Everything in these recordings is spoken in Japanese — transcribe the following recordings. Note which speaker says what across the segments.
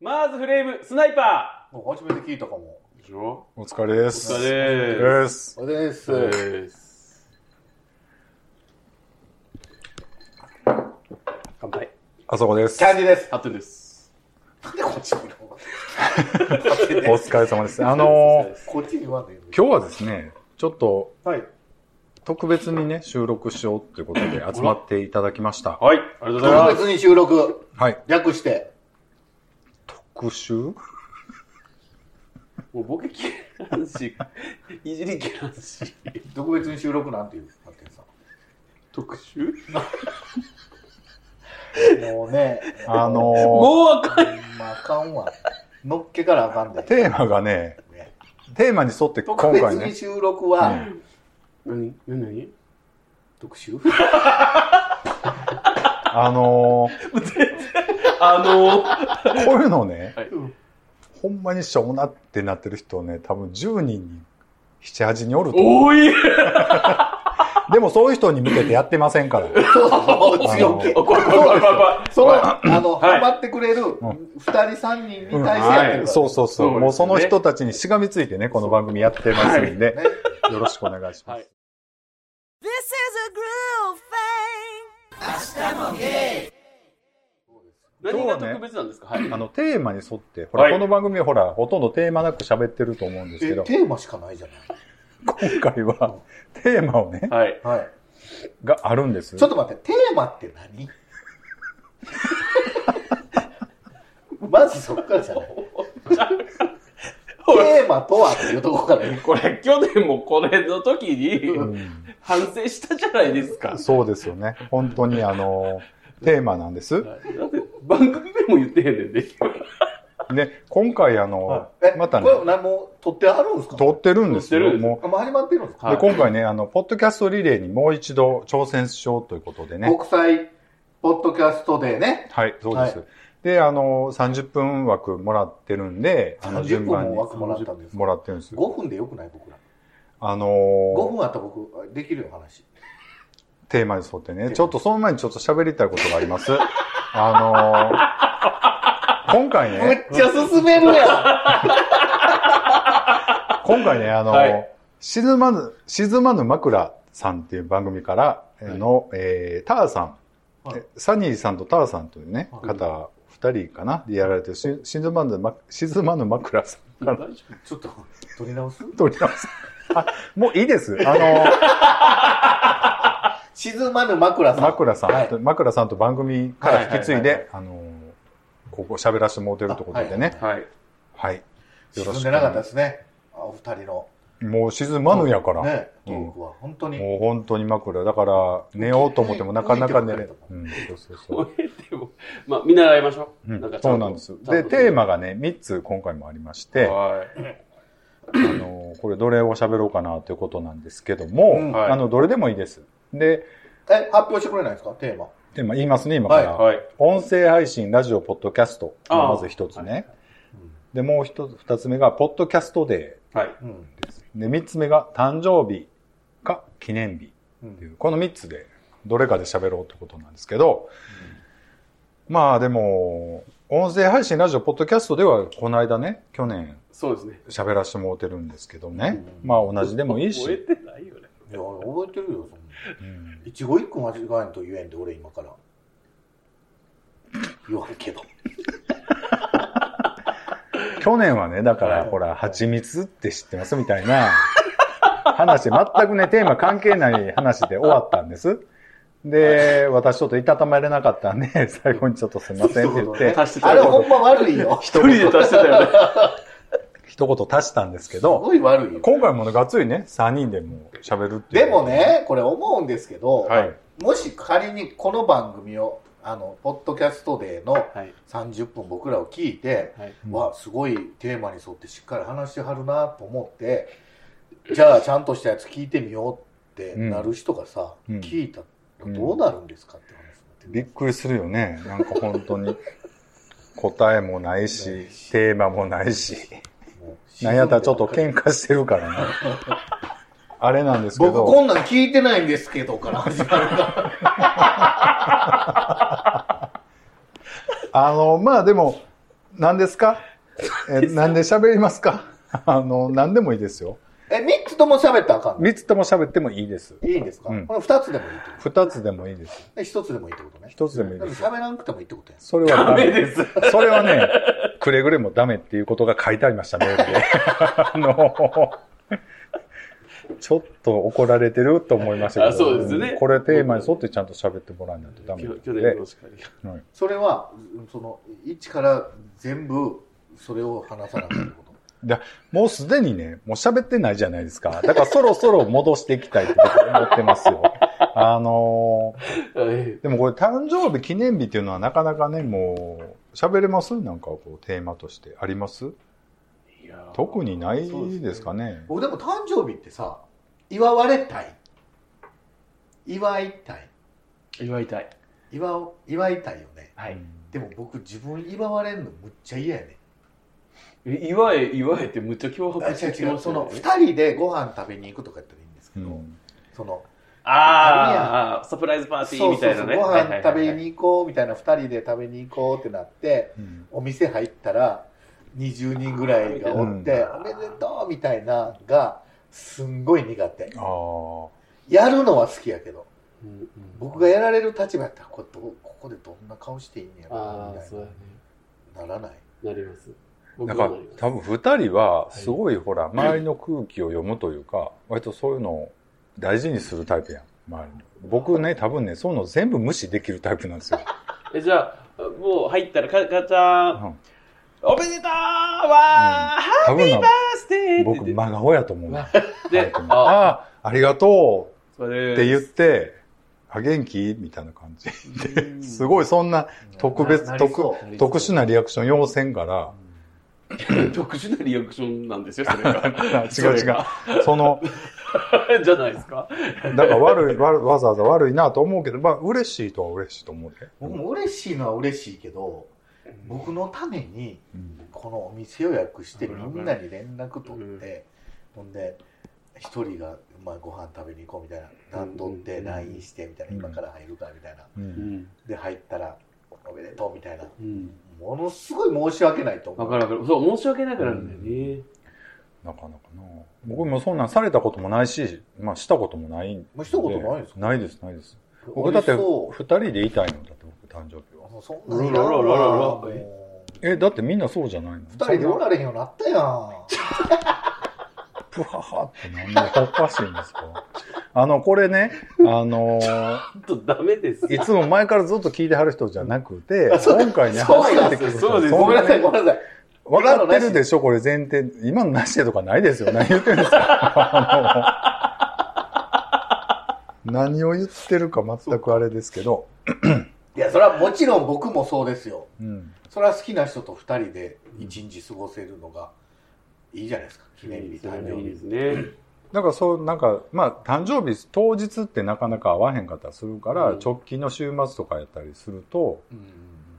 Speaker 1: マーズフレームスナイパ
Speaker 2: もう初めて聞いたかも。
Speaker 3: でしょ
Speaker 4: お疲れで
Speaker 3: お
Speaker 4: す。
Speaker 3: 疲れ
Speaker 4: お疲れです。
Speaker 2: おれです。
Speaker 3: です。
Speaker 2: 乾杯。
Speaker 4: あそこです。
Speaker 2: キャンディーです。
Speaker 3: ハットンです。
Speaker 2: なんでこっち見るの
Speaker 4: お疲れ様です。あのー
Speaker 2: こっちに言わんでいいの
Speaker 4: 今日はですね、ちょっと
Speaker 2: はい。
Speaker 4: 特別にね、収録しようということで集まっていただきました。
Speaker 3: はい、ありがとうございま
Speaker 2: 特別に収録、
Speaker 4: はい。
Speaker 2: 略して。
Speaker 4: 特集
Speaker 1: ーもうボケきれなんし、いじりきれなんし。
Speaker 2: 特別に収録なんていう、マッケンさ
Speaker 1: 特集
Speaker 2: ん。もうね、
Speaker 4: あのー
Speaker 1: もうあかん。
Speaker 2: まあ、あかんわ。のっけからあかんで。
Speaker 4: テーマがね、テーマに沿って今
Speaker 2: 特別
Speaker 4: 回
Speaker 2: に
Speaker 4: ね、
Speaker 2: 収録は、
Speaker 1: 何何何
Speaker 2: 特 集
Speaker 4: あの
Speaker 1: あの
Speaker 4: ーこういうのをね、
Speaker 1: はい
Speaker 4: ほんまにしょうもなってなってる人ね、多分10人に7、8人おると思う。
Speaker 1: 多い
Speaker 4: でもそういう人に向けてやってませんから。
Speaker 2: そうそう、強気。
Speaker 1: あ怖い怖い怖い怖い怖い。
Speaker 2: その、あの、
Speaker 1: はい
Speaker 2: ハマってくれる
Speaker 4: ん
Speaker 2: 二人三人に対してやってるから
Speaker 4: うんそうそうそ
Speaker 1: そう
Speaker 4: う。
Speaker 1: ですね
Speaker 4: もうその人たちにしがみついてね、この番組やってますんで、
Speaker 2: ね
Speaker 4: よろしくお願いしま
Speaker 1: は
Speaker 4: す。
Speaker 1: い。
Speaker 5: This is a groove thing.
Speaker 1: 何が特別なんですかはい。
Speaker 4: あの、テーマに沿って、ほら、
Speaker 1: はい
Speaker 4: この番組はほら、ほとんどテーマなく喋ってると思うんですけ
Speaker 2: え
Speaker 4: ど、
Speaker 2: テーマしかないじゃない。
Speaker 4: 今回はテーマをね、
Speaker 1: はい。
Speaker 2: はい。
Speaker 4: があるんです。
Speaker 2: ちょっと待って、テーマって 何まずそっからじゃない。テーマとはっていうとこからね。
Speaker 1: これ、去年もこれの時
Speaker 4: う
Speaker 1: に
Speaker 4: ん
Speaker 1: 反省したじゃないですか。
Speaker 4: そうですよね。本当にあの、テーマなんです。
Speaker 1: だって番組でも言ってへんねんで。
Speaker 4: で、今回あの、
Speaker 2: え、
Speaker 4: またね
Speaker 2: こ、れ何も撮ってあるんですか
Speaker 4: 撮ってるんです
Speaker 1: 撮っ
Speaker 4: よ
Speaker 1: て。る
Speaker 4: も
Speaker 2: あもう始まってるんです
Speaker 4: う
Speaker 2: か、
Speaker 1: はい
Speaker 4: で、今回ね、あの、ポッドキャストリレーにもう一度挑戦しようということでね。
Speaker 2: 国際ポッドキャストでね。
Speaker 4: はい、そうです。
Speaker 2: は
Speaker 4: で、あの、30分枠もらってるんで、あの、
Speaker 2: 30
Speaker 4: 順
Speaker 2: 分
Speaker 4: 番
Speaker 2: も
Speaker 4: に
Speaker 2: 枠もらったんです
Speaker 4: もらってるんですよ。
Speaker 2: 5分でよくない僕ら。
Speaker 4: あの
Speaker 2: 5分あったら僕、できるよ話。
Speaker 4: テーマに沿ってね、ちょっとその前にちょっと喋りたいことがあります。 あのー今回
Speaker 2: め
Speaker 4: ね、
Speaker 2: っちゃ進めるやん
Speaker 4: 今回ね、あのー
Speaker 1: はい
Speaker 4: 沈まぬ、沈まぬ枕さんっていう番組からの、えーターさん、
Speaker 2: はい
Speaker 4: えサニーさんとターさんというね、
Speaker 2: はい
Speaker 4: 方、二人かな、でやられてる、し沈まぬま、沈まぬ枕さん。
Speaker 1: 大丈夫
Speaker 2: ちょっと、撮り直す
Speaker 4: 撮り直す。あ、もういいです。あの、
Speaker 2: 沈まぬ枕さん。
Speaker 4: 枕さん、
Speaker 2: はい
Speaker 4: 枕さんと番組から引き継い
Speaker 1: はい
Speaker 4: で、あの、ここ喋らせてもらってるってことでね。
Speaker 1: はい。
Speaker 4: はい。よろ
Speaker 2: 沈
Speaker 4: し
Speaker 2: ん
Speaker 4: く
Speaker 2: でなかったですね。あお二人の。
Speaker 4: もう沈まぬやから、
Speaker 2: ね、
Speaker 4: う
Speaker 2: ト
Speaker 4: ん
Speaker 2: ークは。本当に。
Speaker 4: もう本当に枕。だから、寝ようと思ってもなかなか寝れ
Speaker 2: うん
Speaker 4: うん、そうそうそ
Speaker 1: こ
Speaker 4: う。
Speaker 1: れでも、まあ、見習いましょう。
Speaker 4: うん
Speaker 1: かち
Speaker 4: そ
Speaker 1: ゃと
Speaker 4: うなんです。
Speaker 1: ちゃ
Speaker 4: で、
Speaker 1: んと
Speaker 4: テーマがね、3つ今回もありまして、あ
Speaker 1: はい。
Speaker 4: の、これどれを喋ろうかなということなんですけども、
Speaker 2: うん
Speaker 1: はい
Speaker 4: あの、どれでもいいです。で、
Speaker 2: え、発表してくれないんですかテーマ。
Speaker 4: テーマ言いますね、今から。
Speaker 1: はい。
Speaker 4: 音声配信、ラジオ、ポッドキャスト。
Speaker 1: ああ
Speaker 4: まず一つね。
Speaker 1: は
Speaker 4: で、もう一つ、二つ目が、ポッドキャストデ
Speaker 1: はい。
Speaker 2: うん。うん
Speaker 4: ーです。で、三つ目が、誕生日か記念日
Speaker 2: う
Speaker 4: ってい
Speaker 2: ん。
Speaker 4: う、この三つで、どれかで喋ろうってことなんですけど、まあでも、音声配信、ラジオ、ポッドキャストでは、この間ね、去年、
Speaker 1: そうですね。
Speaker 4: 喋らせてもらってるんですけどね。
Speaker 2: うん
Speaker 4: まあ同じでもいいし。
Speaker 1: 覚えてないよね。
Speaker 2: いや、覚えてるよ、そんな。
Speaker 4: うん
Speaker 2: 一語一句間違えんと言えんで、俺今から。言わんけど。
Speaker 4: 去年はね、だから、
Speaker 2: はい
Speaker 4: ほら、蜂蜜って知ってますみたいな話、全くね、テーマ関係ない話で終わったんです。で、私ちょっといたたまれなかった んで、最後にちょっとすいませんって言
Speaker 2: そ
Speaker 4: っ
Speaker 2: ういう
Speaker 4: て
Speaker 2: こ、
Speaker 1: 足してた
Speaker 2: あれ
Speaker 1: よ。
Speaker 2: ほんま悪いよ。す
Speaker 1: 一人で足してたよね。
Speaker 4: 一言足したん ですけど、
Speaker 2: ごい悪いよ。
Speaker 4: 今回もね、がっつりね、3人でもう喋るっていう。
Speaker 2: でも、ね、これ思うんですけど、
Speaker 4: はい。
Speaker 2: もし仮にこの番組を、あの、ポッドキャストデーの
Speaker 1: はい。
Speaker 2: 30分僕らを聞いて、
Speaker 1: はい。
Speaker 2: わすごいテーマに沿ってしっかり話してはるなと思ってじゃあちゃんとしたやつ聞いてみようってなる人がさ、
Speaker 4: うん
Speaker 2: 聞いたらどうなるんですかって話になってる
Speaker 4: びっくりするよね。なんか本当に。答えもないし、テーマもないし。
Speaker 2: もう沈んで
Speaker 4: なんやったらちょっと喧嘩して るからね。あれなんですけど。
Speaker 2: 僕こんなん聞いてないんですけどから始まるから
Speaker 4: あの、まあでも、何ですか え、なんで喋りますか あの、何でもいいですよ。
Speaker 2: え、3つとも喋ったらあかんの
Speaker 4: 3つとも喋ってもいいです。
Speaker 2: いいんですか、
Speaker 4: うん
Speaker 2: この2つでもいいってこ
Speaker 4: 2つでもいいです。
Speaker 2: と。で1つでもいいってことね。
Speaker 4: 1つでもいい
Speaker 2: だっ
Speaker 4: で
Speaker 2: て
Speaker 4: す。
Speaker 2: 喋らなくてもいいってことやん。
Speaker 4: それはダメ
Speaker 1: です。
Speaker 4: それはね、くれぐれもダメっていうことが書いてありま した、メールで。あの、ちょっと怒られてると思いました
Speaker 1: あ
Speaker 4: けど、
Speaker 1: そうですね
Speaker 4: んこれテーマに沿ってちゃんと喋ってもらわないとダメな
Speaker 1: 去
Speaker 4: の
Speaker 1: 去
Speaker 4: で
Speaker 1: 年の、司会が。
Speaker 2: それは、うんその、1から全部、それを話さなくていいってこと。
Speaker 4: もうすでにね、もう喋ってないじゃないですか。だからそろそろ戻していきたいって僕は思ってますよ。あの
Speaker 1: はい
Speaker 4: ーでもこれ誕生日記念日っていうのはなかなかね、もう喋れますなんかこうテーマとしてあります
Speaker 1: いやー
Speaker 4: 特にない
Speaker 1: そう
Speaker 4: ですかね。
Speaker 2: 僕でも誕生日ってさ、祝われたい。祝いたい。
Speaker 1: 祝いたい。
Speaker 2: 祝お祝いたいよね。
Speaker 1: は
Speaker 4: う
Speaker 1: い。
Speaker 4: ん
Speaker 2: でも僕自分祝われんのむっちゃ嫌やね
Speaker 1: え祝え、祝えってむっちゃ脅
Speaker 2: あ
Speaker 1: 迫して
Speaker 2: 違
Speaker 1: き
Speaker 2: う違
Speaker 1: ま
Speaker 2: う
Speaker 1: す
Speaker 2: そ
Speaker 1: よ
Speaker 2: の
Speaker 1: ね
Speaker 2: 2人でご飯食べに行くとかやったらいいんですけ
Speaker 4: う
Speaker 2: ど、
Speaker 4: ん
Speaker 2: その
Speaker 1: あーあー、サプライズパーティーみたいなね。
Speaker 2: そうそうそうご飯食べ
Speaker 1: に
Speaker 2: に行こうみたいな2人で食べに行こうってなって
Speaker 4: うん
Speaker 2: お店入ったら20人ぐらいがおって、
Speaker 1: うん
Speaker 2: おめでとうみたいなのがすんごい苦手
Speaker 4: ああ。
Speaker 2: やるのは好きやけど
Speaker 1: うんうん
Speaker 2: 僕がやられる立場やったらこれどうここでどんな顔していいんやろな
Speaker 1: ああ、
Speaker 2: みた
Speaker 1: そう
Speaker 2: い
Speaker 1: やね。
Speaker 2: なならない
Speaker 1: なります。僕
Speaker 4: なん
Speaker 1: も
Speaker 4: か
Speaker 1: なります
Speaker 4: 多分二人はすごいほら、周りの空気を読むというか、割とそういうのを大事にするタイプやん。周りの僕ね、多分ね、そういうの全部無視できるタイプなんですよ。
Speaker 1: えじゃあ、もう入ったら、かかちゃん、
Speaker 4: うん
Speaker 1: おめでとうわー、ハ
Speaker 4: 多
Speaker 1: ッピ
Speaker 4: 分
Speaker 1: ー
Speaker 4: な
Speaker 1: バースデーって
Speaker 4: 僕、
Speaker 1: 言
Speaker 4: 真顔やと思うね
Speaker 1: わ
Speaker 4: タ
Speaker 1: って
Speaker 4: イプも
Speaker 1: あ、
Speaker 4: ああ、ありがと
Speaker 1: そう
Speaker 4: う
Speaker 1: で
Speaker 4: って言っ
Speaker 1: す
Speaker 4: て、あ、元気みたいな感じ。
Speaker 1: うん
Speaker 4: すごい、そんな特別
Speaker 2: ななり
Speaker 4: 特
Speaker 2: そう
Speaker 4: 特殊なリアクション要せんから、
Speaker 1: 特殊なリアクションなんですよ、それが。
Speaker 4: 違う違う。その、
Speaker 1: う。じゃないですか。
Speaker 4: だから悪い、悪いわざわざ悪いなと思うけど、まあ、嬉しいとは嬉しいと思うで。
Speaker 2: 僕も嬉しいのは嬉しいけど僕のために
Speaker 4: うん
Speaker 2: このお店予約して
Speaker 1: 危
Speaker 2: み
Speaker 1: ない
Speaker 2: んなに連絡取って、ほんで一人が、まあ、ご飯食べに行こうみたいな段取って
Speaker 1: うん
Speaker 2: LINE してみたいな、
Speaker 4: うん
Speaker 2: 今から入るからみたいな
Speaker 1: う
Speaker 4: う
Speaker 1: んん。
Speaker 2: で入ったら「おめでとう」みたいな
Speaker 1: うん。
Speaker 2: ものすごい申し訳ないと
Speaker 1: わ
Speaker 2: 思う
Speaker 1: かるわかる。そう、申し訳なくなるんだよね。
Speaker 4: なかなかな。僕もそんなんされたこともないし、まあしたこともないんで。
Speaker 2: もうしたことないんですか
Speaker 4: ないです、ないです。
Speaker 2: 俺
Speaker 4: 僕だって、
Speaker 2: そ
Speaker 4: 二人でいたいのだって、僕誕生日は。
Speaker 2: うそんなんいらんわ
Speaker 1: うららららら
Speaker 2: もう
Speaker 4: え、だってみんなそうじゃないの
Speaker 2: 二人でおられへんようになったやん
Speaker 4: プハハってなんでおかしいんですかあの、これね、あのー
Speaker 1: ちょっとダメです。
Speaker 4: いつも前からずっと聞いてはる人じゃなくて
Speaker 2: あ、そう
Speaker 4: 今回ね、
Speaker 2: そう
Speaker 4: 初
Speaker 2: な
Speaker 4: め
Speaker 2: んで
Speaker 4: て聞
Speaker 2: す
Speaker 4: く人
Speaker 1: そうです
Speaker 4: そ
Speaker 2: ごめん
Speaker 4: な
Speaker 2: なさい
Speaker 4: ね
Speaker 2: ごめんなさい
Speaker 4: 分かってるでしょ、これ前提。今のなしでとかないですよ。何言ってるんですか。あの何を言ってるか全くあれですけど。
Speaker 2: いやそれはもちろん僕もそうですよ
Speaker 4: うん
Speaker 2: それは好きな人と二人で一日過ごせるのがいいじゃないですか記念日誕生
Speaker 1: いいで
Speaker 2: 日
Speaker 1: すね。
Speaker 4: だからそう、なんか、まあ、誕生日当日ってなかなか会わへんかったりするから、
Speaker 1: うん
Speaker 4: 直近の週末とかやったりすると、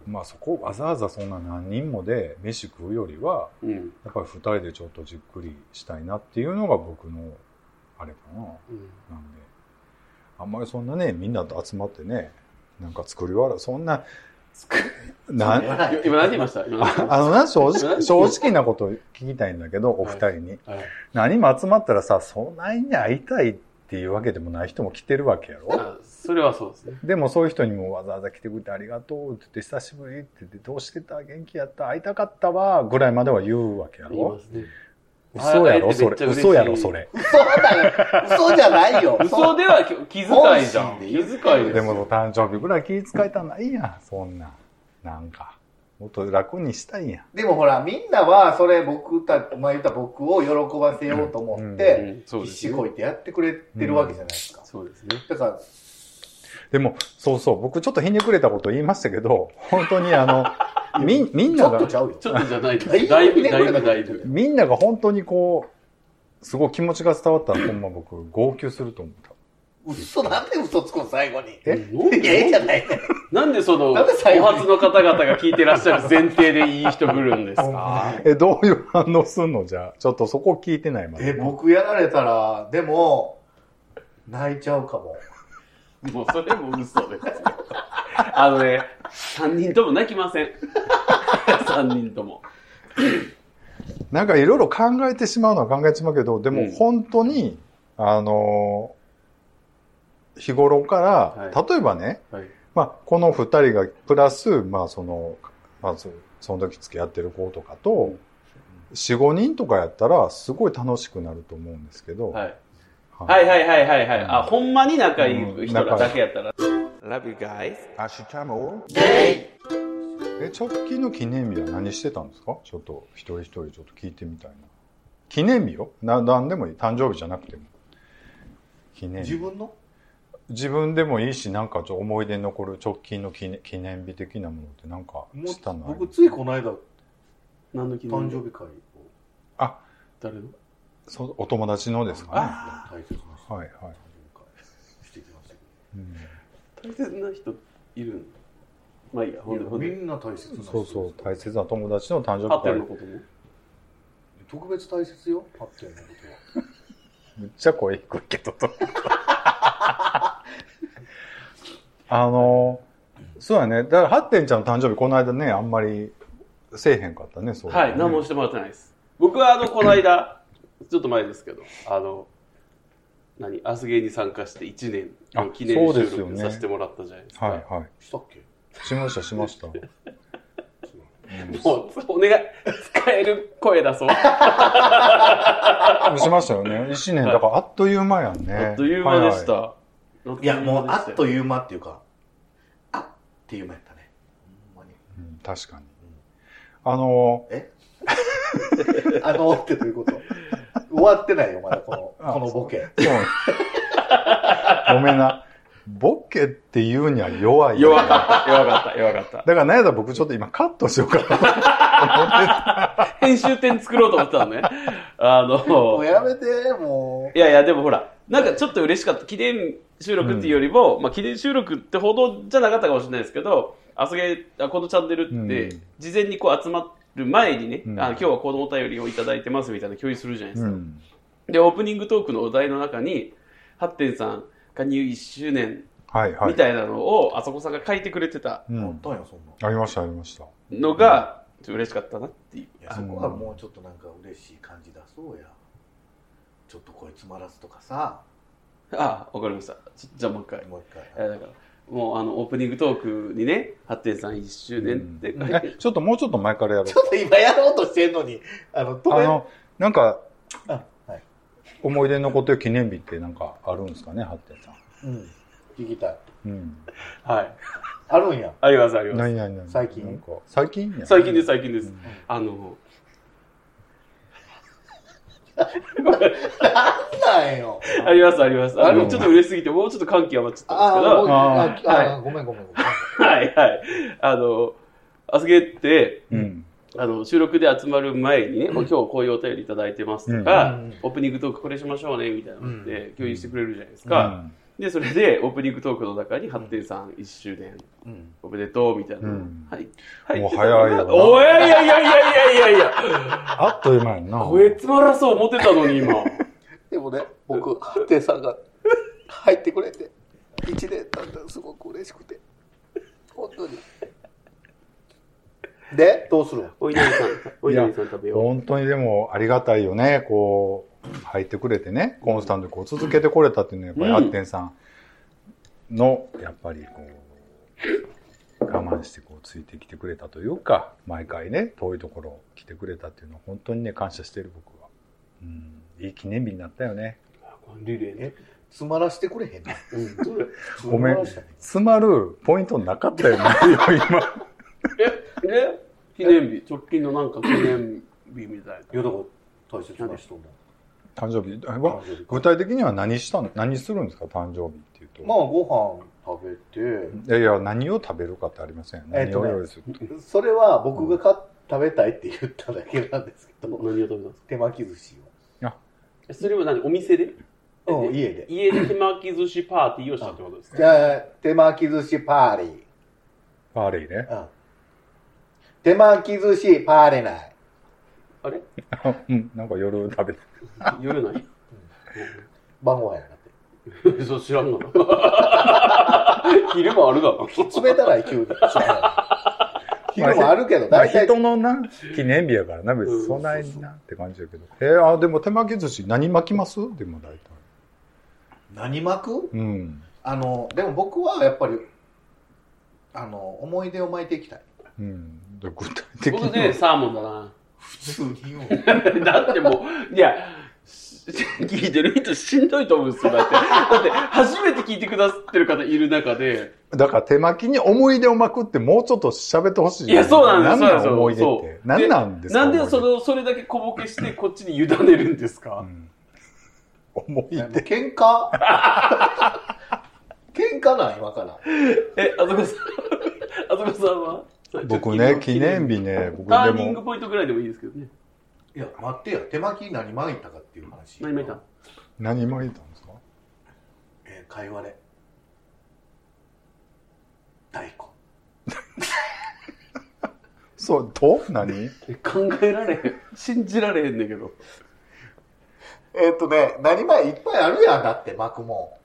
Speaker 4: まあそこわざわざそんな何人もで飯食うよりは、
Speaker 1: うん。
Speaker 4: やっぱり二人でちょっとじっくりしたいなっていうのが僕の、あれか
Speaker 1: う
Speaker 4: な。
Speaker 1: ん
Speaker 4: なんで、あんまりそんなね、みんなと集まってね、なんか作り笑い、そんな、な
Speaker 2: 言わない
Speaker 1: よ今何て言いました今何て言いま
Speaker 4: あのな、正
Speaker 1: なん
Speaker 4: 直、
Speaker 1: で
Speaker 4: 正直なこと聞きたいんだけど、お二人に。
Speaker 1: したはい
Speaker 4: 何も集まったらさ、そんなに会いたいっていうわけでもない人も来てるわけやろ
Speaker 1: あそれはそうですね。
Speaker 4: でもそういう人にもわざわざ来てくれてありがとうって言って、久しぶりって言って、どうしてた元気やった会いたかったわぐらいまでは言うわけや
Speaker 1: 言いま
Speaker 4: ろ
Speaker 1: すね。
Speaker 4: 嘘や
Speaker 1: 会え
Speaker 4: ろ
Speaker 1: て
Speaker 4: そ
Speaker 1: めっちゃ
Speaker 4: れ。
Speaker 1: 嬉しい
Speaker 4: 嘘やろそれ。
Speaker 2: 嘘だよ嘘じゃないよ
Speaker 1: 嘘では気気遣いじゃん。気遣いですよ。
Speaker 4: でも誕生日ぐらい気遣えたないやん、そんな。なんか。もっと楽にしたいやん。
Speaker 2: でもほらみんなはそれ僕たまあ言った僕を喜ばせようと思っ
Speaker 1: う
Speaker 2: て
Speaker 1: ん、そうで
Speaker 2: 必
Speaker 1: す
Speaker 2: 死
Speaker 1: ね。
Speaker 2: こいてやってくれてるわけじゃないですか、
Speaker 1: そうですね。
Speaker 2: だから
Speaker 4: でも、そうそう、僕ちょっとひねくれたこと言いましたけど、本当にあ の、み、みん
Speaker 2: ち
Speaker 4: な
Speaker 2: ょっと
Speaker 4: が、
Speaker 2: ちゃうよ
Speaker 1: ちょっとじゃないです。だ
Speaker 2: だ
Speaker 1: い
Speaker 2: い
Speaker 1: ぶ、
Speaker 2: ぶ
Speaker 1: だいぶ、
Speaker 2: ね
Speaker 1: だいぶ。
Speaker 2: これ
Speaker 4: みんなが本当にこう、すごい気持ちが伝わったら、ほんま僕、号泣すると思った。
Speaker 2: 嘘なんで嘘つくの最後に
Speaker 4: え
Speaker 2: いやいいじゃないね
Speaker 1: なんでその、お
Speaker 2: なんで最後に
Speaker 1: 初の方々が聞いてらっしゃる前提でいい人来るんですか
Speaker 4: え、どういう反応すんのじゃあ、ちょっとそこ聞いてないま
Speaker 2: え
Speaker 4: で。
Speaker 2: 僕やられたらでも泣いちゃうかも
Speaker 1: もうそれも嘘です。あのね、3人とも泣きません。そ3人とも。
Speaker 4: なんかいろいろ考えてしまうのは考えてしまうけど、で
Speaker 1: う
Speaker 4: も
Speaker 1: ん
Speaker 4: 本当に、あのー日頃から、
Speaker 1: は
Speaker 4: 例えばね、
Speaker 1: はい
Speaker 4: まあ、この二人が、プラス、まあ、その、まず、その時付き合ってる子とかと、四五人とかやったら、すごい楽しくなると思うんですけど、
Speaker 1: はい。
Speaker 4: は
Speaker 1: はいはいはいはいはい。あ、ほんまに仲いい人らだけやったら。Love you guys.
Speaker 4: 明日もえ直近の記念日は何してたんですかちょっと一人一人ちょっと聞いてみたいな記念日よな何でもいい誕生日じゃなくても記念
Speaker 2: 自
Speaker 4: 日
Speaker 2: 分の
Speaker 4: 自分でもいいしなんかちょっと思い出に残る直近の記念記念日的なものってなんか
Speaker 2: も
Speaker 4: したのあ
Speaker 2: う
Speaker 4: り
Speaker 2: 僕ついこの間
Speaker 1: 何の記念
Speaker 2: 誕
Speaker 1: 日
Speaker 2: 生日会を
Speaker 4: あ
Speaker 1: 誰の
Speaker 4: そうお友達のですか
Speaker 1: あ
Speaker 2: 大切な人
Speaker 4: ねはいはい、
Speaker 2: 誕生日会してきましたけ
Speaker 4: うん
Speaker 1: 大切な人いるんまあいいや、ほんで
Speaker 2: ど
Speaker 1: ほん
Speaker 2: み
Speaker 1: で。
Speaker 2: んな大切な人
Speaker 4: そうそう大切な友達の誕生
Speaker 1: あっ
Speaker 4: 日
Speaker 1: て
Speaker 4: 会
Speaker 1: るのことも。
Speaker 2: 特別大切よあってのことは
Speaker 4: むっちゃ声低いけどと。あの、そうやね。だから、ハッテンちゃんの誕生日、この間ね、あんまりせえへんかったね、そう、ね。
Speaker 1: はい、何もしてもらってないです。僕はあの、この間、ちょっと前ですけど、あの、何、アスゲーに参加して1年の記念
Speaker 4: あそうで
Speaker 1: 収
Speaker 4: すよ
Speaker 1: 録
Speaker 4: ね
Speaker 1: させてもらったじゃないですか。
Speaker 4: はい、は
Speaker 2: したっけ
Speaker 4: い。しました、しました。
Speaker 1: もう、お願い、使える声出そう。
Speaker 4: うんしましたよね。一年、だから、あっという間やんね。
Speaker 1: あっという間でした。
Speaker 4: は
Speaker 2: いやもうあっと
Speaker 1: いう
Speaker 2: いう間っていうかあっていう間やったねほんまに
Speaker 4: いはいうん確かに。あの、
Speaker 2: あのってどういうこと終わってないよまだこの
Speaker 4: あ
Speaker 2: このボケ
Speaker 4: そうごめんな。ボケって言うには弱いよ。
Speaker 1: 弱かった、弱かった、弱かった。
Speaker 4: だから、なんやったら僕ちょっと今カットしようかなと思ってた。
Speaker 1: 編集点作ろうと思ってたのね。あ
Speaker 2: も
Speaker 1: の
Speaker 2: う、やめても
Speaker 1: いやいや、でもほら、なんかちょっと嬉しかった。記念収録っていうよりも、まあ記念収録ってほどじゃなかったかもしれないですけど、あそげ、あこのチャンネルって、
Speaker 4: うん
Speaker 1: 事前にこう集まる前にね、
Speaker 4: うん
Speaker 1: あ今日はこのお便りをいただいてますみたいな共有するじゃないです
Speaker 4: う
Speaker 1: か。
Speaker 4: ん。
Speaker 1: で、オープニングトークのお題の中に、ハッテンさん加入1周年
Speaker 4: はい、はい。
Speaker 1: みたいなのを、あそこさんが書いてくれてた
Speaker 4: う
Speaker 2: うんあったんよそんな
Speaker 4: ありました、ありました。
Speaker 1: のが、ちょっと嬉しかったなっていう。
Speaker 2: いやそこはもうちょっとなんか嬉しい感じ出そうやちょっと声詰まらすとかさ
Speaker 1: ああ、わかりました。ちょじゃあもう一回。
Speaker 2: もう一
Speaker 1: えー
Speaker 2: 回
Speaker 1: だから、もうあの、オープニングトークにね、発展さん1周年って書いて、
Speaker 4: え、ちょっともうちょっと前からやろう
Speaker 2: ち。ょっと今やろうとしてんのにあの止
Speaker 4: あ
Speaker 2: め
Speaker 4: の、なんか、
Speaker 2: あはい
Speaker 4: 思い出に残ってる記念日ってなんかあるんですかね、ハッテンさ
Speaker 2: うん聞きたい
Speaker 4: ん。うん。
Speaker 1: はい。
Speaker 2: あるんや
Speaker 1: あります、あります。
Speaker 4: 何々何
Speaker 2: 最近
Speaker 4: なんか最近や
Speaker 1: 最近です、最近です。
Speaker 4: うん
Speaker 1: あの、
Speaker 2: なん よ
Speaker 1: あります、あります。あ
Speaker 4: う
Speaker 1: の、
Speaker 4: ん
Speaker 1: ちょっと嬉しすぎて、もうちょっと歓喜余っちゃったんですけど、あー
Speaker 2: あーあーごめんごめんごめん
Speaker 1: はい、はい。あの、あすげって、
Speaker 4: うん。
Speaker 1: あの、収録で集まる前にね、もう今日こういうお便りいただいてますと
Speaker 2: う
Speaker 1: か、
Speaker 2: ん
Speaker 1: オープニングトークこれしましょうね、みたいなのっ
Speaker 2: う
Speaker 1: て共有してくれるじゃないですか。で、それでオープニングトークの中に、発展さん1周年
Speaker 2: うん
Speaker 1: おめでとうみたいな。
Speaker 4: うん
Speaker 1: はい。は
Speaker 4: もう早いよな
Speaker 1: おいいやいやいやいやいやいや。
Speaker 4: あっという間やんな。
Speaker 1: こいつまらそう思ってたのに今。
Speaker 2: でもね、僕、ハッテンさんが入ってくれて、一年経ったらすごく嬉しくて、本当に。で、どうする
Speaker 1: お稲荷さん、お稲荷さん食べよ
Speaker 4: 本当にでもありがたいよね、こう、入ってくれてね、コンスタントにこう続けてこれたっていうのは、やっぱり
Speaker 1: うん
Speaker 4: ハッテンさんの、やっぱりこう、我慢してこうついてきてくれたというか、毎回ね、遠いところ来てくれたっていうのは、本当にね、感謝してる僕は。うん、いい記念日になったよね。
Speaker 1: う。リレーね。
Speaker 2: 詰まらしてくれへんの
Speaker 4: ごめ
Speaker 2: 詰ま
Speaker 4: ん
Speaker 2: らしてね
Speaker 4: 詰まるポイントな かったよね、今。
Speaker 1: え、え記念日、直近のなんか記念日みたい
Speaker 2: いや、だから大切な人も。
Speaker 4: 誕生日あ
Speaker 2: 誕
Speaker 4: わ
Speaker 2: 生日
Speaker 4: 具体的には何したの何するんですか、誕生日っていうと。
Speaker 2: まあ、ご飯食べ
Speaker 4: いやいや、何を食べるかってありませんよね。
Speaker 2: えっとね
Speaker 4: 何を用意すると
Speaker 2: て、それは僕がか食べたいって言っただけなんですけ
Speaker 1: な。
Speaker 2: ど、
Speaker 1: 何を食べたんですか
Speaker 2: 手巻き寿司
Speaker 1: えそれは何お店で
Speaker 2: を。うん、家で。
Speaker 1: 家で手巻き寿司パーティーをしたってことです
Speaker 2: じ
Speaker 1: か
Speaker 2: ゃあ、手巻き寿司パーリー。
Speaker 4: パーレイね。
Speaker 2: うん。手巻き寿司パーレナイ。
Speaker 1: あれ
Speaker 4: うん、なんか夜食べて。
Speaker 1: 夜ない
Speaker 2: 晩ご飯やなって。
Speaker 1: そう知らんの 昼もあるだろ。
Speaker 2: 詰めたら急に。日もあるけど、
Speaker 4: まあ
Speaker 2: 大体、
Speaker 4: 人のな、記念日やからな、別
Speaker 2: う
Speaker 4: に。
Speaker 2: ん
Speaker 4: そんなに
Speaker 2: そうそ
Speaker 4: なって感じだけど。えー、あ、でも手巻き寿司、何巻きますでも大体。
Speaker 2: 何巻く
Speaker 4: うん。
Speaker 2: あの、でも僕はやっぱり、あの、思い出を巻いていきたい。
Speaker 4: うん。で具体的には。
Speaker 1: 僕ね、サーモンだな。
Speaker 2: 普通によ。
Speaker 1: だってもう、いや、し聞いてる人しんどいと思うんですよ、だって。だって、初めて聞いてくださってる方いる中で、
Speaker 4: だから手巻きに思い出を巻くってもうちょっと喋ってほしい。
Speaker 1: いやそうなんです
Speaker 4: なんな
Speaker 1: そ
Speaker 4: ん思いう出
Speaker 1: なん
Speaker 4: っ
Speaker 1: ですそ。う
Speaker 4: てなんなんですか
Speaker 1: なんでそ
Speaker 4: 思い
Speaker 1: の、それだけ小ボケして、こっちに委ねるんです
Speaker 4: 出
Speaker 1: か
Speaker 4: うん思い
Speaker 2: もう
Speaker 4: 出。
Speaker 2: 喧嘩喧嘩なん今から。
Speaker 1: え、あずこさん、あずこさんは
Speaker 4: 僕ね、記念日ね、僕
Speaker 1: タ
Speaker 4: で
Speaker 1: ーニング
Speaker 4: も、
Speaker 1: ポイントぐらいでもいいですけどね。
Speaker 2: いや、待ってよ。手巻き何巻いたかっていう話。
Speaker 1: 何見た
Speaker 4: 何巻いたんですか
Speaker 2: えー、会話で。大根。
Speaker 4: そう、と何
Speaker 1: え考えられへん。信じられへんねんけど。
Speaker 2: えーっ、とね、何巻いっぱいあるやん。だって巻くも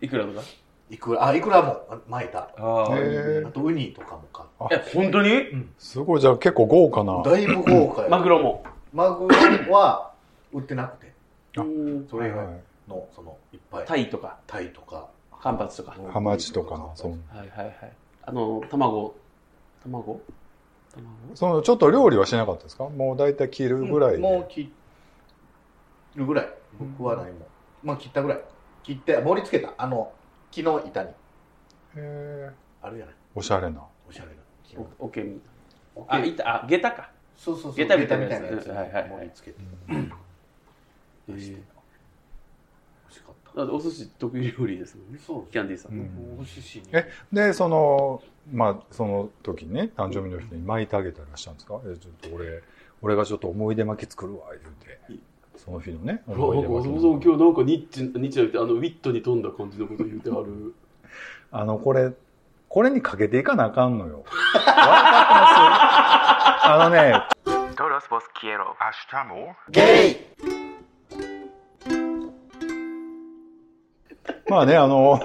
Speaker 1: いくらとか。
Speaker 2: ん。いくら、あ、いくらも巻いた。
Speaker 1: あ
Speaker 4: え
Speaker 2: あとウニとかも買っ
Speaker 1: え、本当に
Speaker 4: すごい、じゃあ結構豪華な
Speaker 2: た。。だいぶ豪華や。
Speaker 1: マグロも。
Speaker 2: マグロは売ってなくて、
Speaker 4: あ
Speaker 1: うん
Speaker 2: それ以外
Speaker 4: は
Speaker 2: の、その、いっぱい。
Speaker 1: タイとか、
Speaker 2: タイとか。
Speaker 1: カンパチとか。
Speaker 4: いハマチとか、その、
Speaker 1: はいはいはい。あの、卵。卵卵
Speaker 4: その、ちょっと料理はしなかったですかもう大体切るぐらいで。
Speaker 2: もう切るぐらい。僕は何も。まあ切ったぐらい。切って、盛り付けた。あの、木の板に。
Speaker 4: へー
Speaker 2: あるじゃない。
Speaker 4: おしゃれな。
Speaker 2: おしゃれな木の。
Speaker 1: おオッケーみ
Speaker 2: オッ
Speaker 1: たいな。あ、
Speaker 2: ケー
Speaker 1: いた、あ、下駄か。
Speaker 2: そうそうそう。
Speaker 1: 下駄みたいなやつ
Speaker 2: 下駄みたいな
Speaker 1: はいはいはい
Speaker 2: 盛り付けて。
Speaker 1: え
Speaker 2: 出して
Speaker 1: ー
Speaker 2: 美味しかった。
Speaker 1: だってお寿司得意料理ですもんね。
Speaker 2: そう
Speaker 1: キャンディーさん
Speaker 4: う
Speaker 1: の。
Speaker 4: ん
Speaker 2: お寿司に。
Speaker 4: えで、その、まあ、その時にね、誕生日の人に巻いてあげたりはしたんですかえ、ちょっと俺、俺がちょっと思い出巻き作るわ、言うて。その日のね、
Speaker 1: あ
Speaker 4: 思い出巻きの
Speaker 1: 今日なんかニッチ、ニッチじゃなくて、あの、ウィットに富んだ感じのこと言うてはる。
Speaker 4: あの、これ、これにかけていかなあかんのよ。わかってますあのね、
Speaker 2: ゲイ
Speaker 4: まあね、あの、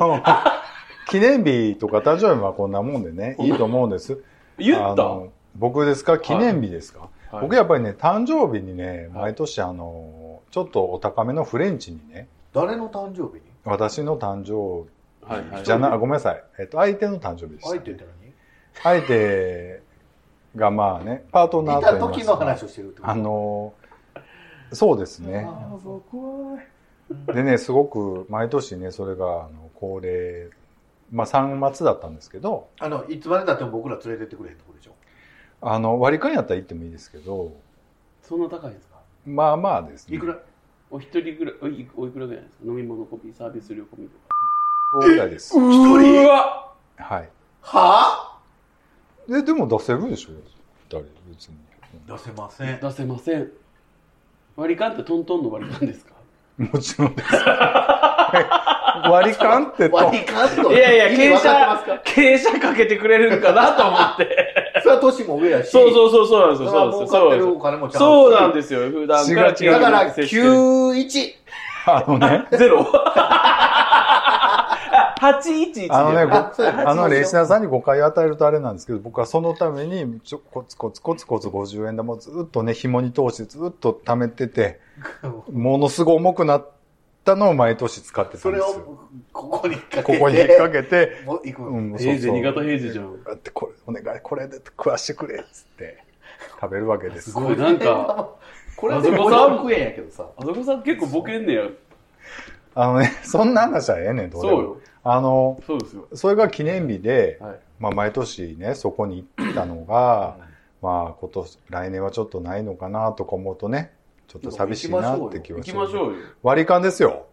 Speaker 4: 記念日とか誕生日はこんなもんでね、いいと思うんです。
Speaker 1: 言
Speaker 4: あ
Speaker 1: った
Speaker 4: の僕ですか記念日ですか、
Speaker 1: はい
Speaker 4: 僕やっぱりね、誕生日にね、
Speaker 1: はい
Speaker 4: 毎年あの、ちょっとお高めのフレンチにね、
Speaker 2: 誰の誕生日に
Speaker 4: 私の誕生
Speaker 1: はいはい。
Speaker 4: 日じゃな、ごめんなさい。えっと、相手の誕生日でした、
Speaker 2: 相手って
Speaker 4: 相手がまあね、パートナ
Speaker 2: 何
Speaker 4: ー
Speaker 2: い
Speaker 4: と
Speaker 2: た
Speaker 4: 言いますか
Speaker 2: 時の話をしてるってこと
Speaker 4: あの、そうですね。
Speaker 2: あーそう
Speaker 4: でね、すごく毎年ね、それがあの恒例、まあ3末だったんですけど、
Speaker 2: あの、いつまでたっても僕ら連れてってくれへんとこでしょ。
Speaker 4: あの、割り勘やったら行ってもいいですけど、
Speaker 1: そんな高いんですか
Speaker 4: まあまあですね。
Speaker 2: いくら
Speaker 1: お一人ぐらい、おいおいくらぐらいですか飲み物込み、サービス料込みとか。
Speaker 4: ぐらいです。
Speaker 2: 一人
Speaker 1: わ
Speaker 4: はい。
Speaker 2: は
Speaker 4: え、でも出せるでしょ二人、別に。
Speaker 2: ぁ出せません。
Speaker 1: 出せません。割り勘ってトントンの割り勘ですか
Speaker 4: もちろんです。 割り勘ってと。
Speaker 2: 割り勘と。
Speaker 1: いやいや、
Speaker 2: 意味
Speaker 1: 傾
Speaker 2: 分かってま
Speaker 1: 斜、傾斜かけてくれるんかなと思って。
Speaker 2: すかそれは年も上や し。
Speaker 1: そうそうそう、そうなんですよ。
Speaker 2: それは
Speaker 1: そうなん
Speaker 2: 儲
Speaker 1: ですよ。そ
Speaker 2: か
Speaker 1: う
Speaker 2: っ
Speaker 1: なん
Speaker 2: て
Speaker 1: ですよそうなんですよ。
Speaker 2: るお金もちゃんと。
Speaker 1: 普段から
Speaker 4: 違う違
Speaker 2: だから、
Speaker 1: 接してる
Speaker 2: 91。
Speaker 4: あのね、
Speaker 1: ゼ ロあ、811
Speaker 4: あのね、ご
Speaker 2: あそうや
Speaker 4: あのね、リスナーさんに誤解を与えるとあれなんですけど、僕はそのために、ちょコツコツコツコツ50円玉をずっとね、紐に通してずっと貯め てて、ものすごい重くなったのを毎年使ってた
Speaker 2: そ
Speaker 4: んで
Speaker 2: れ
Speaker 4: す
Speaker 2: を
Speaker 4: よ。
Speaker 2: ここに引っ掛けて。
Speaker 4: ここに引っ掛 けて、
Speaker 2: もう行く
Speaker 4: うんん、
Speaker 1: 平時、新潟平時じゃん。
Speaker 4: だってこれ、お願い、これで食わしてくれっつって、食べるわけですす。
Speaker 1: ごい、なんか、
Speaker 2: これで
Speaker 1: あそこさ
Speaker 2: 500円やけどさ。
Speaker 1: あそこさん結構ボケんねや。
Speaker 4: あのね、そんな話はええねん、どう
Speaker 1: そ
Speaker 4: で
Speaker 1: う
Speaker 4: も
Speaker 1: よ。
Speaker 4: あの、
Speaker 1: そうですよ。
Speaker 4: それが記念日で、
Speaker 1: はい。
Speaker 4: まあ毎年ね、そこに行ったのが、まあ今年、来年はちょっとないのかなとか思うとね、ちょっと寂しいなって気
Speaker 1: 行
Speaker 4: はす
Speaker 1: き
Speaker 4: る。
Speaker 1: ましょうよ。
Speaker 4: 割り勘ですよ。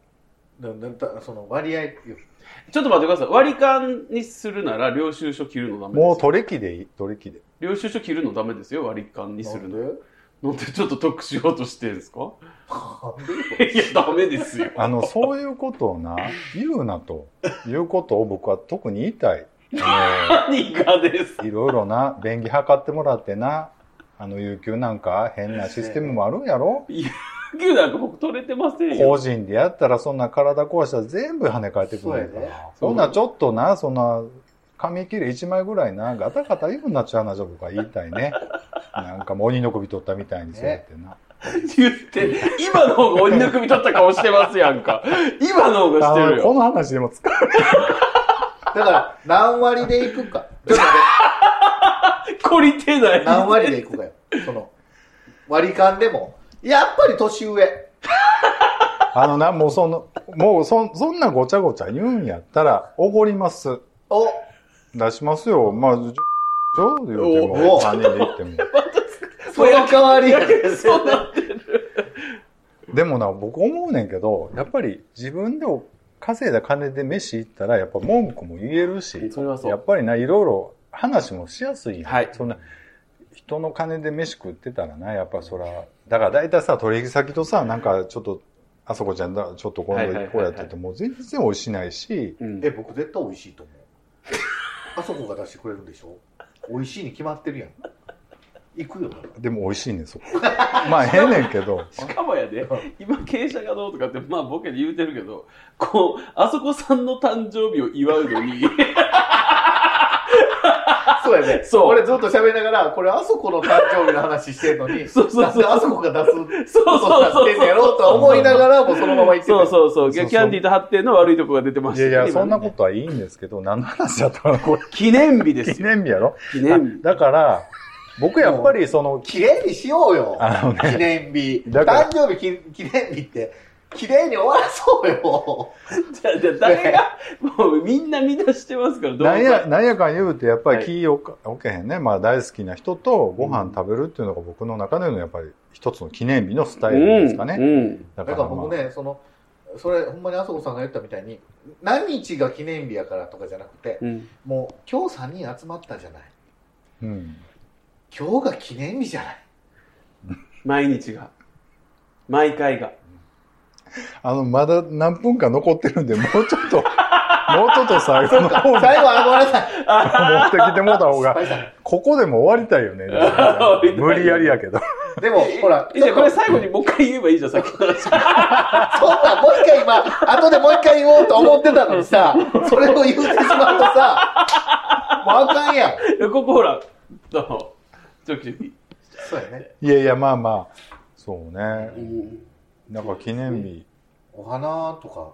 Speaker 2: だだその割合よ、
Speaker 1: ちょっと待ってください。割り勘にするなら、領収書切るのダメです。
Speaker 4: もう取り木でいい、取り木で。
Speaker 1: 領収書切るのダメですよ、割り勘にするの。
Speaker 2: なんで
Speaker 1: なんでちょっと得しようとしてるんですかいや、ダメですよ。
Speaker 4: あの、そういうことをな、言うなということを僕は特に言いたい。あ
Speaker 1: 何がです
Speaker 4: のいろいろな、便宜測ってもらってな、あの、有給なんか変なシステムもあるんやろ
Speaker 1: 牛なんか僕取れてませんよ。
Speaker 4: 個人でやったらそんな体壊したら全部跳ね返ってくるんやか
Speaker 2: そうや
Speaker 4: ら。そんなちょっとな、そんな紙切れ1枚ぐらいな、ガタガタ言うんなっちゃうな、じゃあ僕は言いたい ね。なんかもう鬼の首取ったみたいにそうやってな。
Speaker 1: 言って、今の方が鬼の首取った顔してますやんか。今の方がしてる
Speaker 4: あこ
Speaker 1: よ。
Speaker 4: の話でも使う。
Speaker 2: だから、何割でいく か。
Speaker 1: 懲りてない。
Speaker 2: 何割でいくかよ。その、割り勘でも。やっぱり年上。
Speaker 4: あのな、もうその、もうそんそんなごちゃごちゃ言うんやったら、おごります。
Speaker 2: お、
Speaker 4: 出しますよ。まあ、じょ、じょ言うて
Speaker 2: お
Speaker 4: も、
Speaker 2: お
Speaker 4: 3人で言っても。
Speaker 2: その代わり。
Speaker 1: そうなってる。
Speaker 4: でもな、僕思うねんけど、やっぱり自分でお稼いだ金で飯行ったら、やっぱ文句も言えるし、
Speaker 1: それはそう
Speaker 4: やっぱりな、いろいろ話もしやすいやん
Speaker 1: はい
Speaker 4: そんな、人の金で飯食ってたらな、やっぱそら、だから大体さ、取引先とさ、なんかちょっと、あそこちゃんだ、ちょっと今度行こうやって言って、もう全然美味しないし、
Speaker 1: うん
Speaker 2: え、僕絶対美味しいと思う。あそこが出してくれるんでしょ美味しいに決まってるやん。行くよ。
Speaker 4: でも美味しいねん、そこ。まあ、変ねんけど。
Speaker 1: しかもやで、今、傾斜がどうとかって、まあ、ボケで言うてるけど、こう、あそこさんの誕生日を祝うのに、
Speaker 2: そうやね。
Speaker 1: そう
Speaker 2: 俺ずっと喋りながら、これあそこの誕生日の話してんのに、
Speaker 1: そうそうそう
Speaker 2: なんであそこが出す
Speaker 1: そう
Speaker 2: こ
Speaker 1: そうそう
Speaker 2: とになっ
Speaker 1: そ
Speaker 2: て
Speaker 1: う。
Speaker 2: んねやろうとは思いながら、もうそのまま行って
Speaker 1: そう
Speaker 2: う。
Speaker 1: そうそう
Speaker 4: そうそう
Speaker 1: キャンディーと発展の悪いとこが出てまし
Speaker 4: い
Speaker 1: た
Speaker 4: やい
Speaker 1: ね
Speaker 4: や、そんな
Speaker 1: 今ね
Speaker 4: ことはいいんですけど、何の話だったのこれ。
Speaker 1: 記念日です
Speaker 4: 記
Speaker 1: よ。
Speaker 4: 念日やろ
Speaker 1: 記念日。
Speaker 4: だから、僕やっぱりその、
Speaker 2: 綺麗にしようよ。
Speaker 4: あのね
Speaker 2: 記念日。
Speaker 4: だから
Speaker 2: 誕生日き記念日って、綺麗に終わらそうよ。
Speaker 1: じゃあ、じゃあ誰が、もうみんな見出してますから、どうぞ
Speaker 4: なんや、なんやかん言うて、やっぱ
Speaker 1: は
Speaker 4: り
Speaker 1: い
Speaker 4: 気をか置けへんね。まあ大好きな人とご飯食べるっていうのが僕の中でのやっぱり一つの記念日のスタイルですかね。
Speaker 1: うんうん
Speaker 4: だか
Speaker 2: だ
Speaker 4: ら
Speaker 2: から
Speaker 4: まあ
Speaker 2: 僕ね、その、それ、ほんまにあそこさんが言ったみたいに、何日が記念日やからとかじゃなくて、
Speaker 1: うん
Speaker 2: もう今日3人集まったじゃない。
Speaker 4: うん。
Speaker 2: 今日が記念日じゃない。
Speaker 1: 毎日が。毎回が。
Speaker 4: あの、まだ何分か残ってるんで、もうちょっと、もうちょっと最後 の方に
Speaker 2: 最後はごめんなさい。
Speaker 4: 持ってきてもらった方が、
Speaker 2: 失敗した
Speaker 4: ここでも終わりたいよね。
Speaker 1: りたい
Speaker 4: 無理やりやけど。
Speaker 2: でも、ほら、
Speaker 1: えじゃあこれ最後にもう一回言えばいいじゃん、さっきの 話。
Speaker 2: そんな、もう一回今、後でもう一回言おうと思ってたのにさ、それを言うてしまうとさ、もうあかんやん。
Speaker 1: ここほら、どうも。ちょきちょき。
Speaker 2: そうやね。
Speaker 4: いやいや、まあまあ、そう
Speaker 1: う
Speaker 4: ね。
Speaker 1: ん
Speaker 4: なんか記念日。
Speaker 2: お花とか、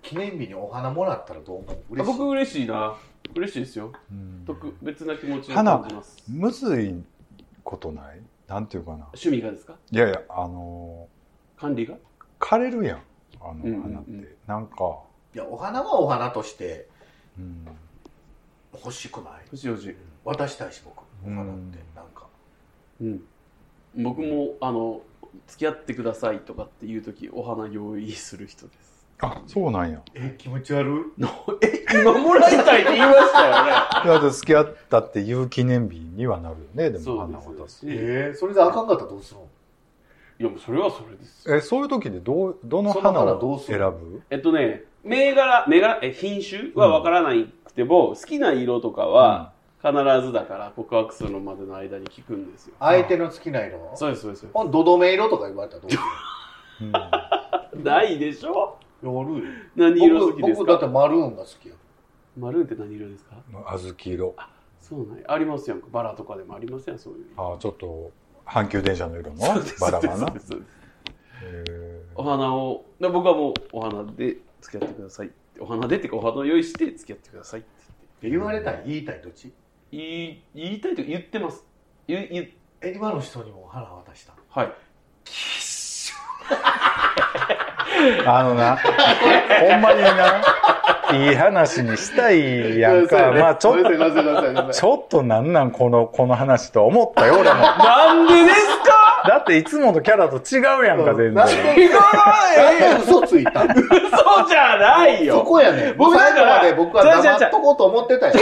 Speaker 2: 記念日にお花もらったらどう思
Speaker 1: あ
Speaker 2: う嬉しい。
Speaker 1: 僕嬉しいな。嬉しいですよ。
Speaker 4: うん
Speaker 1: 特別な気持ちを
Speaker 4: 花
Speaker 1: 感じます。
Speaker 4: むずいことないなんていうかな。
Speaker 1: 趣味がですか
Speaker 4: いやいや、あの
Speaker 1: 管理が
Speaker 4: ー枯れるやん、あの
Speaker 1: うんうんうん
Speaker 4: 花って。なんか、
Speaker 2: いや、お花はお花として
Speaker 4: うん、
Speaker 2: 欲しくない
Speaker 1: 星王子。
Speaker 2: 渡したいし、僕。お花っ
Speaker 4: うん
Speaker 2: て、なんか。
Speaker 1: うん。僕も、あの、付き合ってくださいとかっていうとき、お花用意する人です。
Speaker 4: あ、そうなんや。
Speaker 2: え、気持ち悪い
Speaker 1: え、今もらいたいって言いましたよね。
Speaker 4: だって付き合ったっていう記念日にはなるよね、で も
Speaker 1: そう
Speaker 4: 花
Speaker 1: です
Speaker 4: 渡す。
Speaker 1: い
Speaker 2: えー、それであかんかったらどうするの
Speaker 1: や、もうそれはそれですよ。
Speaker 4: え、そういう時でどう、どの
Speaker 2: その
Speaker 4: 花
Speaker 2: 花ど
Speaker 4: を
Speaker 2: うす
Speaker 4: 選
Speaker 2: る
Speaker 4: ぶ
Speaker 1: えっとね、銘柄、銘柄、え、品種はわからないくても、好きな色とかは、必ずだから告白するのまでの間に聞くんですよ。
Speaker 2: 相手の好きな色は
Speaker 1: そうです、そうです。
Speaker 2: ほんドドメ色とか言われたらど うする
Speaker 4: うん
Speaker 1: ないでしょ
Speaker 2: やるよ
Speaker 1: 何色好き
Speaker 2: 僕、
Speaker 1: です
Speaker 2: 僕だっ
Speaker 1: か
Speaker 2: てマルーンが好きや。
Speaker 1: マルーンって何色ですか
Speaker 4: うん小豆色。
Speaker 1: そうなんやありますやんか。バラとかでもありますやん、そういうの。
Speaker 4: あ、ちょっと、阪急電車の色の
Speaker 1: そうです
Speaker 4: バラが
Speaker 1: そ
Speaker 4: な
Speaker 1: うで。すそうです
Speaker 4: へー
Speaker 1: お花を、で僕はもうお花で付き合ってくださいって。お花でっていうか、お花を用意して付き合ってくださいって
Speaker 2: 言われたい言いたいどっち
Speaker 1: 言って。言い言いたいと言ってます。言う言う
Speaker 2: え、今の人にもお花渡した。
Speaker 1: はい。
Speaker 4: あのな、ほんまにな、いい話にしたいやんか。まあちょっと、
Speaker 2: ごめんなさいごめんなさいごめんな
Speaker 4: ち
Speaker 2: さい
Speaker 4: ょっとなんなんこの、この話と思ったよ、俺も。
Speaker 1: なんでですか
Speaker 4: だっていつものキャラと違うやんか、全
Speaker 2: なん
Speaker 4: 然。
Speaker 2: で、 なんで嘘ついたの
Speaker 1: 嘘じゃないよ
Speaker 2: そこやねん。
Speaker 1: 僕だ
Speaker 2: 最
Speaker 1: か
Speaker 2: 後
Speaker 1: ら
Speaker 2: まで僕は
Speaker 1: 違う違う違う
Speaker 2: 黙っとこうと思ってたよ。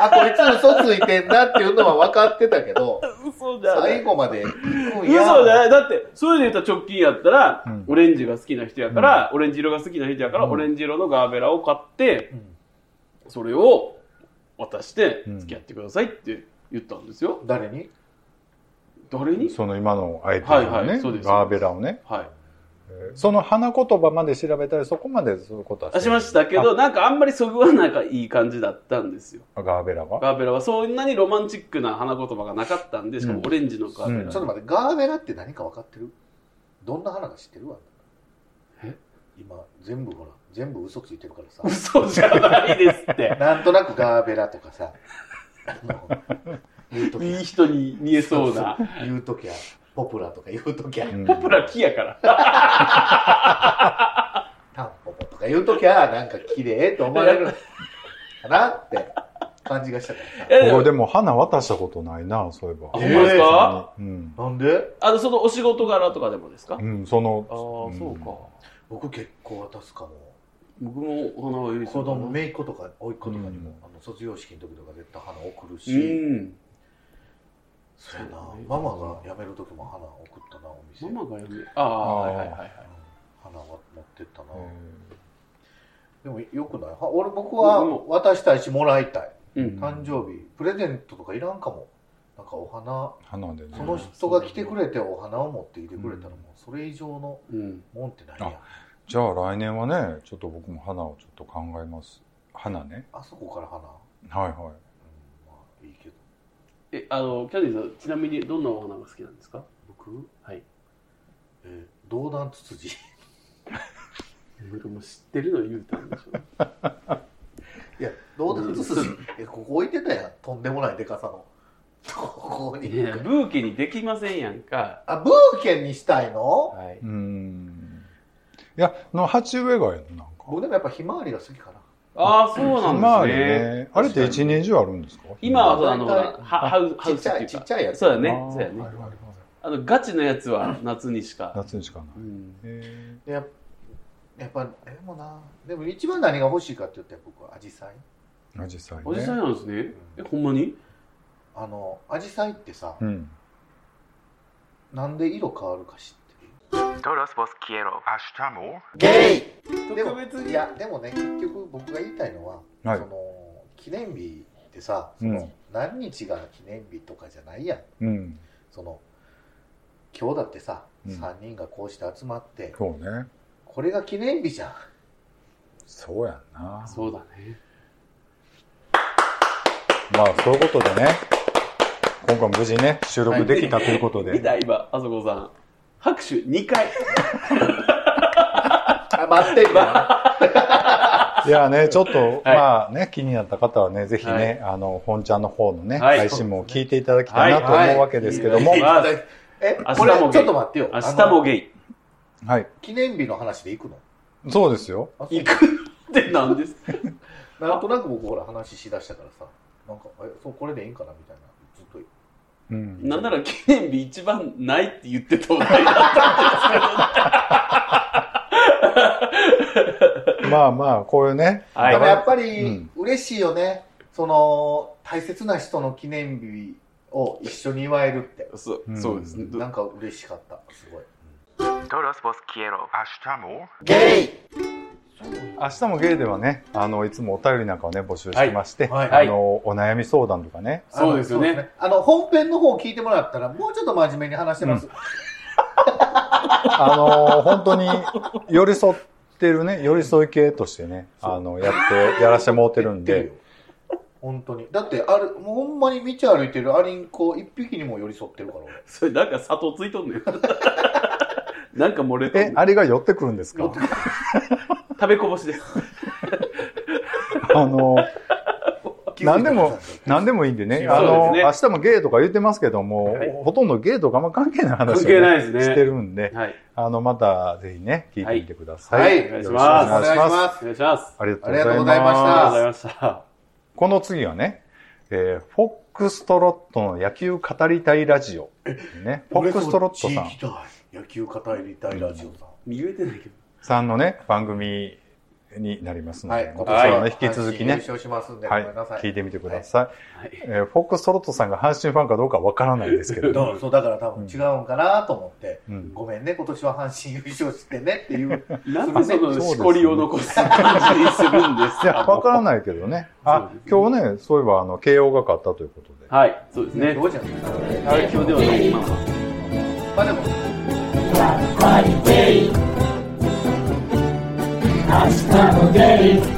Speaker 2: あ、こいつ嘘ついてんなっていうのは分かってたけど、
Speaker 1: 嘘じゃない
Speaker 2: 最後まで行くん
Speaker 1: 嘘じ
Speaker 2: や。
Speaker 1: ゃないだってそれで言ったら直近やったら、
Speaker 4: うん
Speaker 1: オレンジが好きな人やから、オレンジ色が好きな人やから、
Speaker 4: うん
Speaker 1: オレンジ色のガーベラを買って
Speaker 2: うん
Speaker 1: それを渡して
Speaker 4: うん
Speaker 1: 付き合ってくださいって言ったんですよ、
Speaker 2: 誰に
Speaker 1: 誰に
Speaker 4: その今の相手のね、
Speaker 1: はいはいそうです
Speaker 4: ガーベラをね。
Speaker 1: はい
Speaker 4: えーその花言葉まで調べたり、そこまでそういうことは
Speaker 1: あしましたけど、なんかあんまりそぐわないかいい感じだったんですよ。
Speaker 4: あ。ガーベラは
Speaker 1: ガーベラはそんなにロマンチックな花言葉がなかったんで、しかもオレンジのガーベ
Speaker 4: うん
Speaker 1: ラ。
Speaker 2: ちょっと待って、ガーベラって何か分かってるどんな花か知ってるわ
Speaker 1: え。
Speaker 2: 今、全部ほら、全部嘘ついてるからさ
Speaker 1: 嘘じゃないですって。
Speaker 2: なんとなくガーベラとかさ、あの言うとき
Speaker 1: いい人に見えそうな。
Speaker 2: ゃ、言うときゃ、ポプラとか言うときゃ、
Speaker 4: うん
Speaker 1: ポプラ木やから。
Speaker 2: タンポポとか言うときゃ、なんか綺麗と思われるかなって感じがしたからさ。
Speaker 1: え
Speaker 4: 僕でも花渡したことないな、そういえば。
Speaker 1: あ、ほ
Speaker 2: え
Speaker 1: んまですか、
Speaker 4: うん。
Speaker 2: なんで
Speaker 1: あの、そのお仕事柄とかでもですか、あ
Speaker 4: うん、その
Speaker 1: あ、ー、
Speaker 4: ん
Speaker 1: そうか。
Speaker 2: 僕結構渡すかも。
Speaker 1: 僕もお花を許
Speaker 2: 子供、姪っ子とか、甥っ子とかに
Speaker 4: う
Speaker 2: も
Speaker 4: ん、
Speaker 2: あの卒業式の時とか絶対花送る
Speaker 1: う
Speaker 2: し、
Speaker 1: ん。
Speaker 2: そうやな、ママが辞める時も花送ったな、お店。
Speaker 1: ママがやめああ、はいはいはいはい。
Speaker 2: 花は持ってったな、
Speaker 4: う
Speaker 2: でもよくないは俺僕は渡したいしもらいたい、
Speaker 1: うん。
Speaker 2: 誕生日プレゼントとかいらんかもなんかお花
Speaker 4: ん花でね。
Speaker 2: その人が来てくれてお花を持ってきてくれたらもうそれ以上の
Speaker 1: うん。
Speaker 2: もんってないやん
Speaker 4: じゃあ来年はね、ちょっと僕も花をちょっと考えます。花ね。
Speaker 2: あそこから花、うん、ま
Speaker 4: はいはい。
Speaker 2: あいいけど
Speaker 1: え、あの、キャンディーさん、ちなみにどんなお花が好きなんですか
Speaker 2: 僕
Speaker 1: はい。
Speaker 2: えー、銅弾ツツジ
Speaker 1: 僕も知ってるの言うたんでしょ。
Speaker 2: いや銅弾ツツジ、えここ置いてたやんとんでもないでかさのここに、
Speaker 1: いやブーケにできませんやんか。
Speaker 2: あブーケにしたいの
Speaker 1: はい。
Speaker 4: うん。いや、の鉢植えがやな、なんか。
Speaker 2: 僕でもやっぱひまわりが好きかな
Speaker 1: ああ、そう
Speaker 4: ま
Speaker 1: な
Speaker 4: あ
Speaker 1: んですね。
Speaker 4: ね、あれって一年中あるんですか
Speaker 1: 今はそうあの、ほ
Speaker 2: 大体
Speaker 1: らハハウハ
Speaker 2: ちっ
Speaker 1: ウス
Speaker 2: ち
Speaker 1: っ
Speaker 2: ゃ
Speaker 1: てい
Speaker 2: いうちっ
Speaker 1: か。
Speaker 2: ちゃいやつ
Speaker 1: そうだね
Speaker 4: あー、
Speaker 1: そうだね
Speaker 4: はいはいはい
Speaker 1: あの、ガチのやつは夏にしか。
Speaker 4: 夏にしかない。
Speaker 1: うん。
Speaker 4: へ
Speaker 2: でやっやっぱでもなでも一番何が欲しいかって言ったら僕はアジサイ
Speaker 4: ー紫陽
Speaker 1: お
Speaker 4: 花
Speaker 1: じさん
Speaker 4: ね。
Speaker 1: なんですね。え、ほんまに
Speaker 2: あのアジサイってさ、
Speaker 4: うん。
Speaker 2: なんで色変わるか知ってるで
Speaker 1: 特
Speaker 2: も
Speaker 1: 別に。
Speaker 2: いやでもね結局僕が言いたいのは、
Speaker 4: はい
Speaker 2: その記念日ってさそうの、
Speaker 4: ん
Speaker 2: 何日が記念日とかじゃないやん
Speaker 4: うん。
Speaker 2: その今日だってさ、
Speaker 4: うん
Speaker 2: 3人がこうして集まって
Speaker 4: そうね。
Speaker 2: これが記念日じゃん
Speaker 4: そうやんな。
Speaker 1: そうだね。
Speaker 4: まあ、そういうことでね、今回も無事ね、収録できたということで。
Speaker 1: 見た今、あそこさん。拍手2回。
Speaker 2: あ待ってるから
Speaker 4: いやね、ちょっと、
Speaker 1: はい
Speaker 4: まあね、気になった方はね、ぜひね、
Speaker 1: はい
Speaker 4: あの、本ちゃんの方のね、
Speaker 1: はい
Speaker 4: 配信も聞いていただきたいなと
Speaker 2: はい
Speaker 4: 思うわけですけど
Speaker 1: は
Speaker 4: も、はいい。
Speaker 1: まあ
Speaker 2: え
Speaker 1: 明日
Speaker 2: こ
Speaker 1: も
Speaker 2: れ
Speaker 1: ゲイ
Speaker 2: ちょっと待ってよ
Speaker 1: 明日も
Speaker 2: あの
Speaker 1: ゲイ。
Speaker 2: 記念日の話でいくの
Speaker 4: そうですよ。
Speaker 2: あそう
Speaker 1: 行くってなんですか
Speaker 2: なんとなく僕ほら話しだしたからさ、なんか、え、そう、これでいいんかなみたいな。ずっと、
Speaker 4: うん。
Speaker 1: なんなら記念日一番ないって言ってたお題だ
Speaker 4: まあまあ、こういうね、
Speaker 1: はい
Speaker 2: でもやっぱ
Speaker 4: う
Speaker 2: り
Speaker 4: ん、
Speaker 2: 嬉しいよね。その、大切な人の記念日を一緒に祝えるって。
Speaker 1: そううんそうですね。ど
Speaker 2: なんか嬉しかった。すごい。
Speaker 4: 明日もゲイではね、あの、いつもお便りなんかをね、募集してまして、
Speaker 2: はい
Speaker 1: はい
Speaker 4: あの、お悩み相談とかね、
Speaker 1: そうですよね
Speaker 2: あの。あの、本編の方聞いてもらったら、もうちょっと真面目に話してます。
Speaker 4: あの、本当に寄り添ってるね、寄り添い系としてね、あの、やって、やらしてもうてる
Speaker 2: 言
Speaker 4: ん
Speaker 2: って
Speaker 4: で
Speaker 2: る、よ本当に。だって、ある、もうほんまに道歩いてるアリンコ一匹にも寄り添ってるから、俺
Speaker 1: それなんか砂糖ついとんのよ。 なんか漏れとん
Speaker 4: え、
Speaker 1: の
Speaker 4: あれが寄ってくるんですか
Speaker 1: 食べこぼしです。
Speaker 4: あの、
Speaker 2: 気づいてください
Speaker 4: 何でも何でもいいんでね。あ
Speaker 1: そう
Speaker 4: の、
Speaker 1: ですね
Speaker 4: 明日もゲイとか言ってますけども、
Speaker 1: はい
Speaker 4: ほとんどゲイとかあんま関係ない話
Speaker 1: 関
Speaker 4: をね、
Speaker 1: 係ないですね
Speaker 4: してるんで、
Speaker 1: はい。
Speaker 4: あの、またぜひね、聞いてみてください。
Speaker 2: はい
Speaker 1: お願いし
Speaker 4: よろしくお
Speaker 1: ます。
Speaker 4: 願い
Speaker 2: お願い
Speaker 4: し
Speaker 2: し
Speaker 4: ま。
Speaker 2: ますす
Speaker 1: お願いします。
Speaker 4: ありが
Speaker 2: ありが
Speaker 4: と
Speaker 2: と
Speaker 4: う
Speaker 2: うご
Speaker 4: ござ
Speaker 2: ざ
Speaker 4: い
Speaker 2: い
Speaker 4: ま
Speaker 2: ました。
Speaker 4: す
Speaker 1: ありがとうございました。
Speaker 4: この次はね、えーフォックストロットの野球語りたいラジオ。ね、フォックストロットさん
Speaker 2: 地域隊野球語りたいラジオさん。
Speaker 1: 言えてないけど。
Speaker 4: さんのね、番組になりますの
Speaker 2: はい、
Speaker 4: で、
Speaker 2: 今
Speaker 4: 今
Speaker 2: 年
Speaker 4: 年
Speaker 2: は
Speaker 4: はね
Speaker 2: ね、
Speaker 4: 引き続き
Speaker 2: 優
Speaker 4: ね、
Speaker 2: 勝しますんで、ご
Speaker 4: は
Speaker 2: め
Speaker 4: い
Speaker 2: んなさ、い。
Speaker 4: 聞いてみてください。
Speaker 1: はい。
Speaker 4: えーフォックストロットさんが阪神ファンかどうかわからないですけど、
Speaker 2: どうそう、だから多分違うんかなと思って、
Speaker 4: うん
Speaker 2: ごめんね、今年は阪神優勝してねっていう。
Speaker 1: なんでそのしこりを残す感じにするんです
Speaker 4: いや、
Speaker 1: か
Speaker 4: わから
Speaker 1: い。
Speaker 4: ないけどね。
Speaker 1: そ
Speaker 4: あ
Speaker 1: うで、すね
Speaker 4: 今日ね、そういえば、あの、慶応が勝ったということで。
Speaker 1: はい、そうですね
Speaker 2: ど。うじゃないか
Speaker 1: 今日ではない、今は。
Speaker 2: まあでも、
Speaker 6: Party day. 明日もゲイ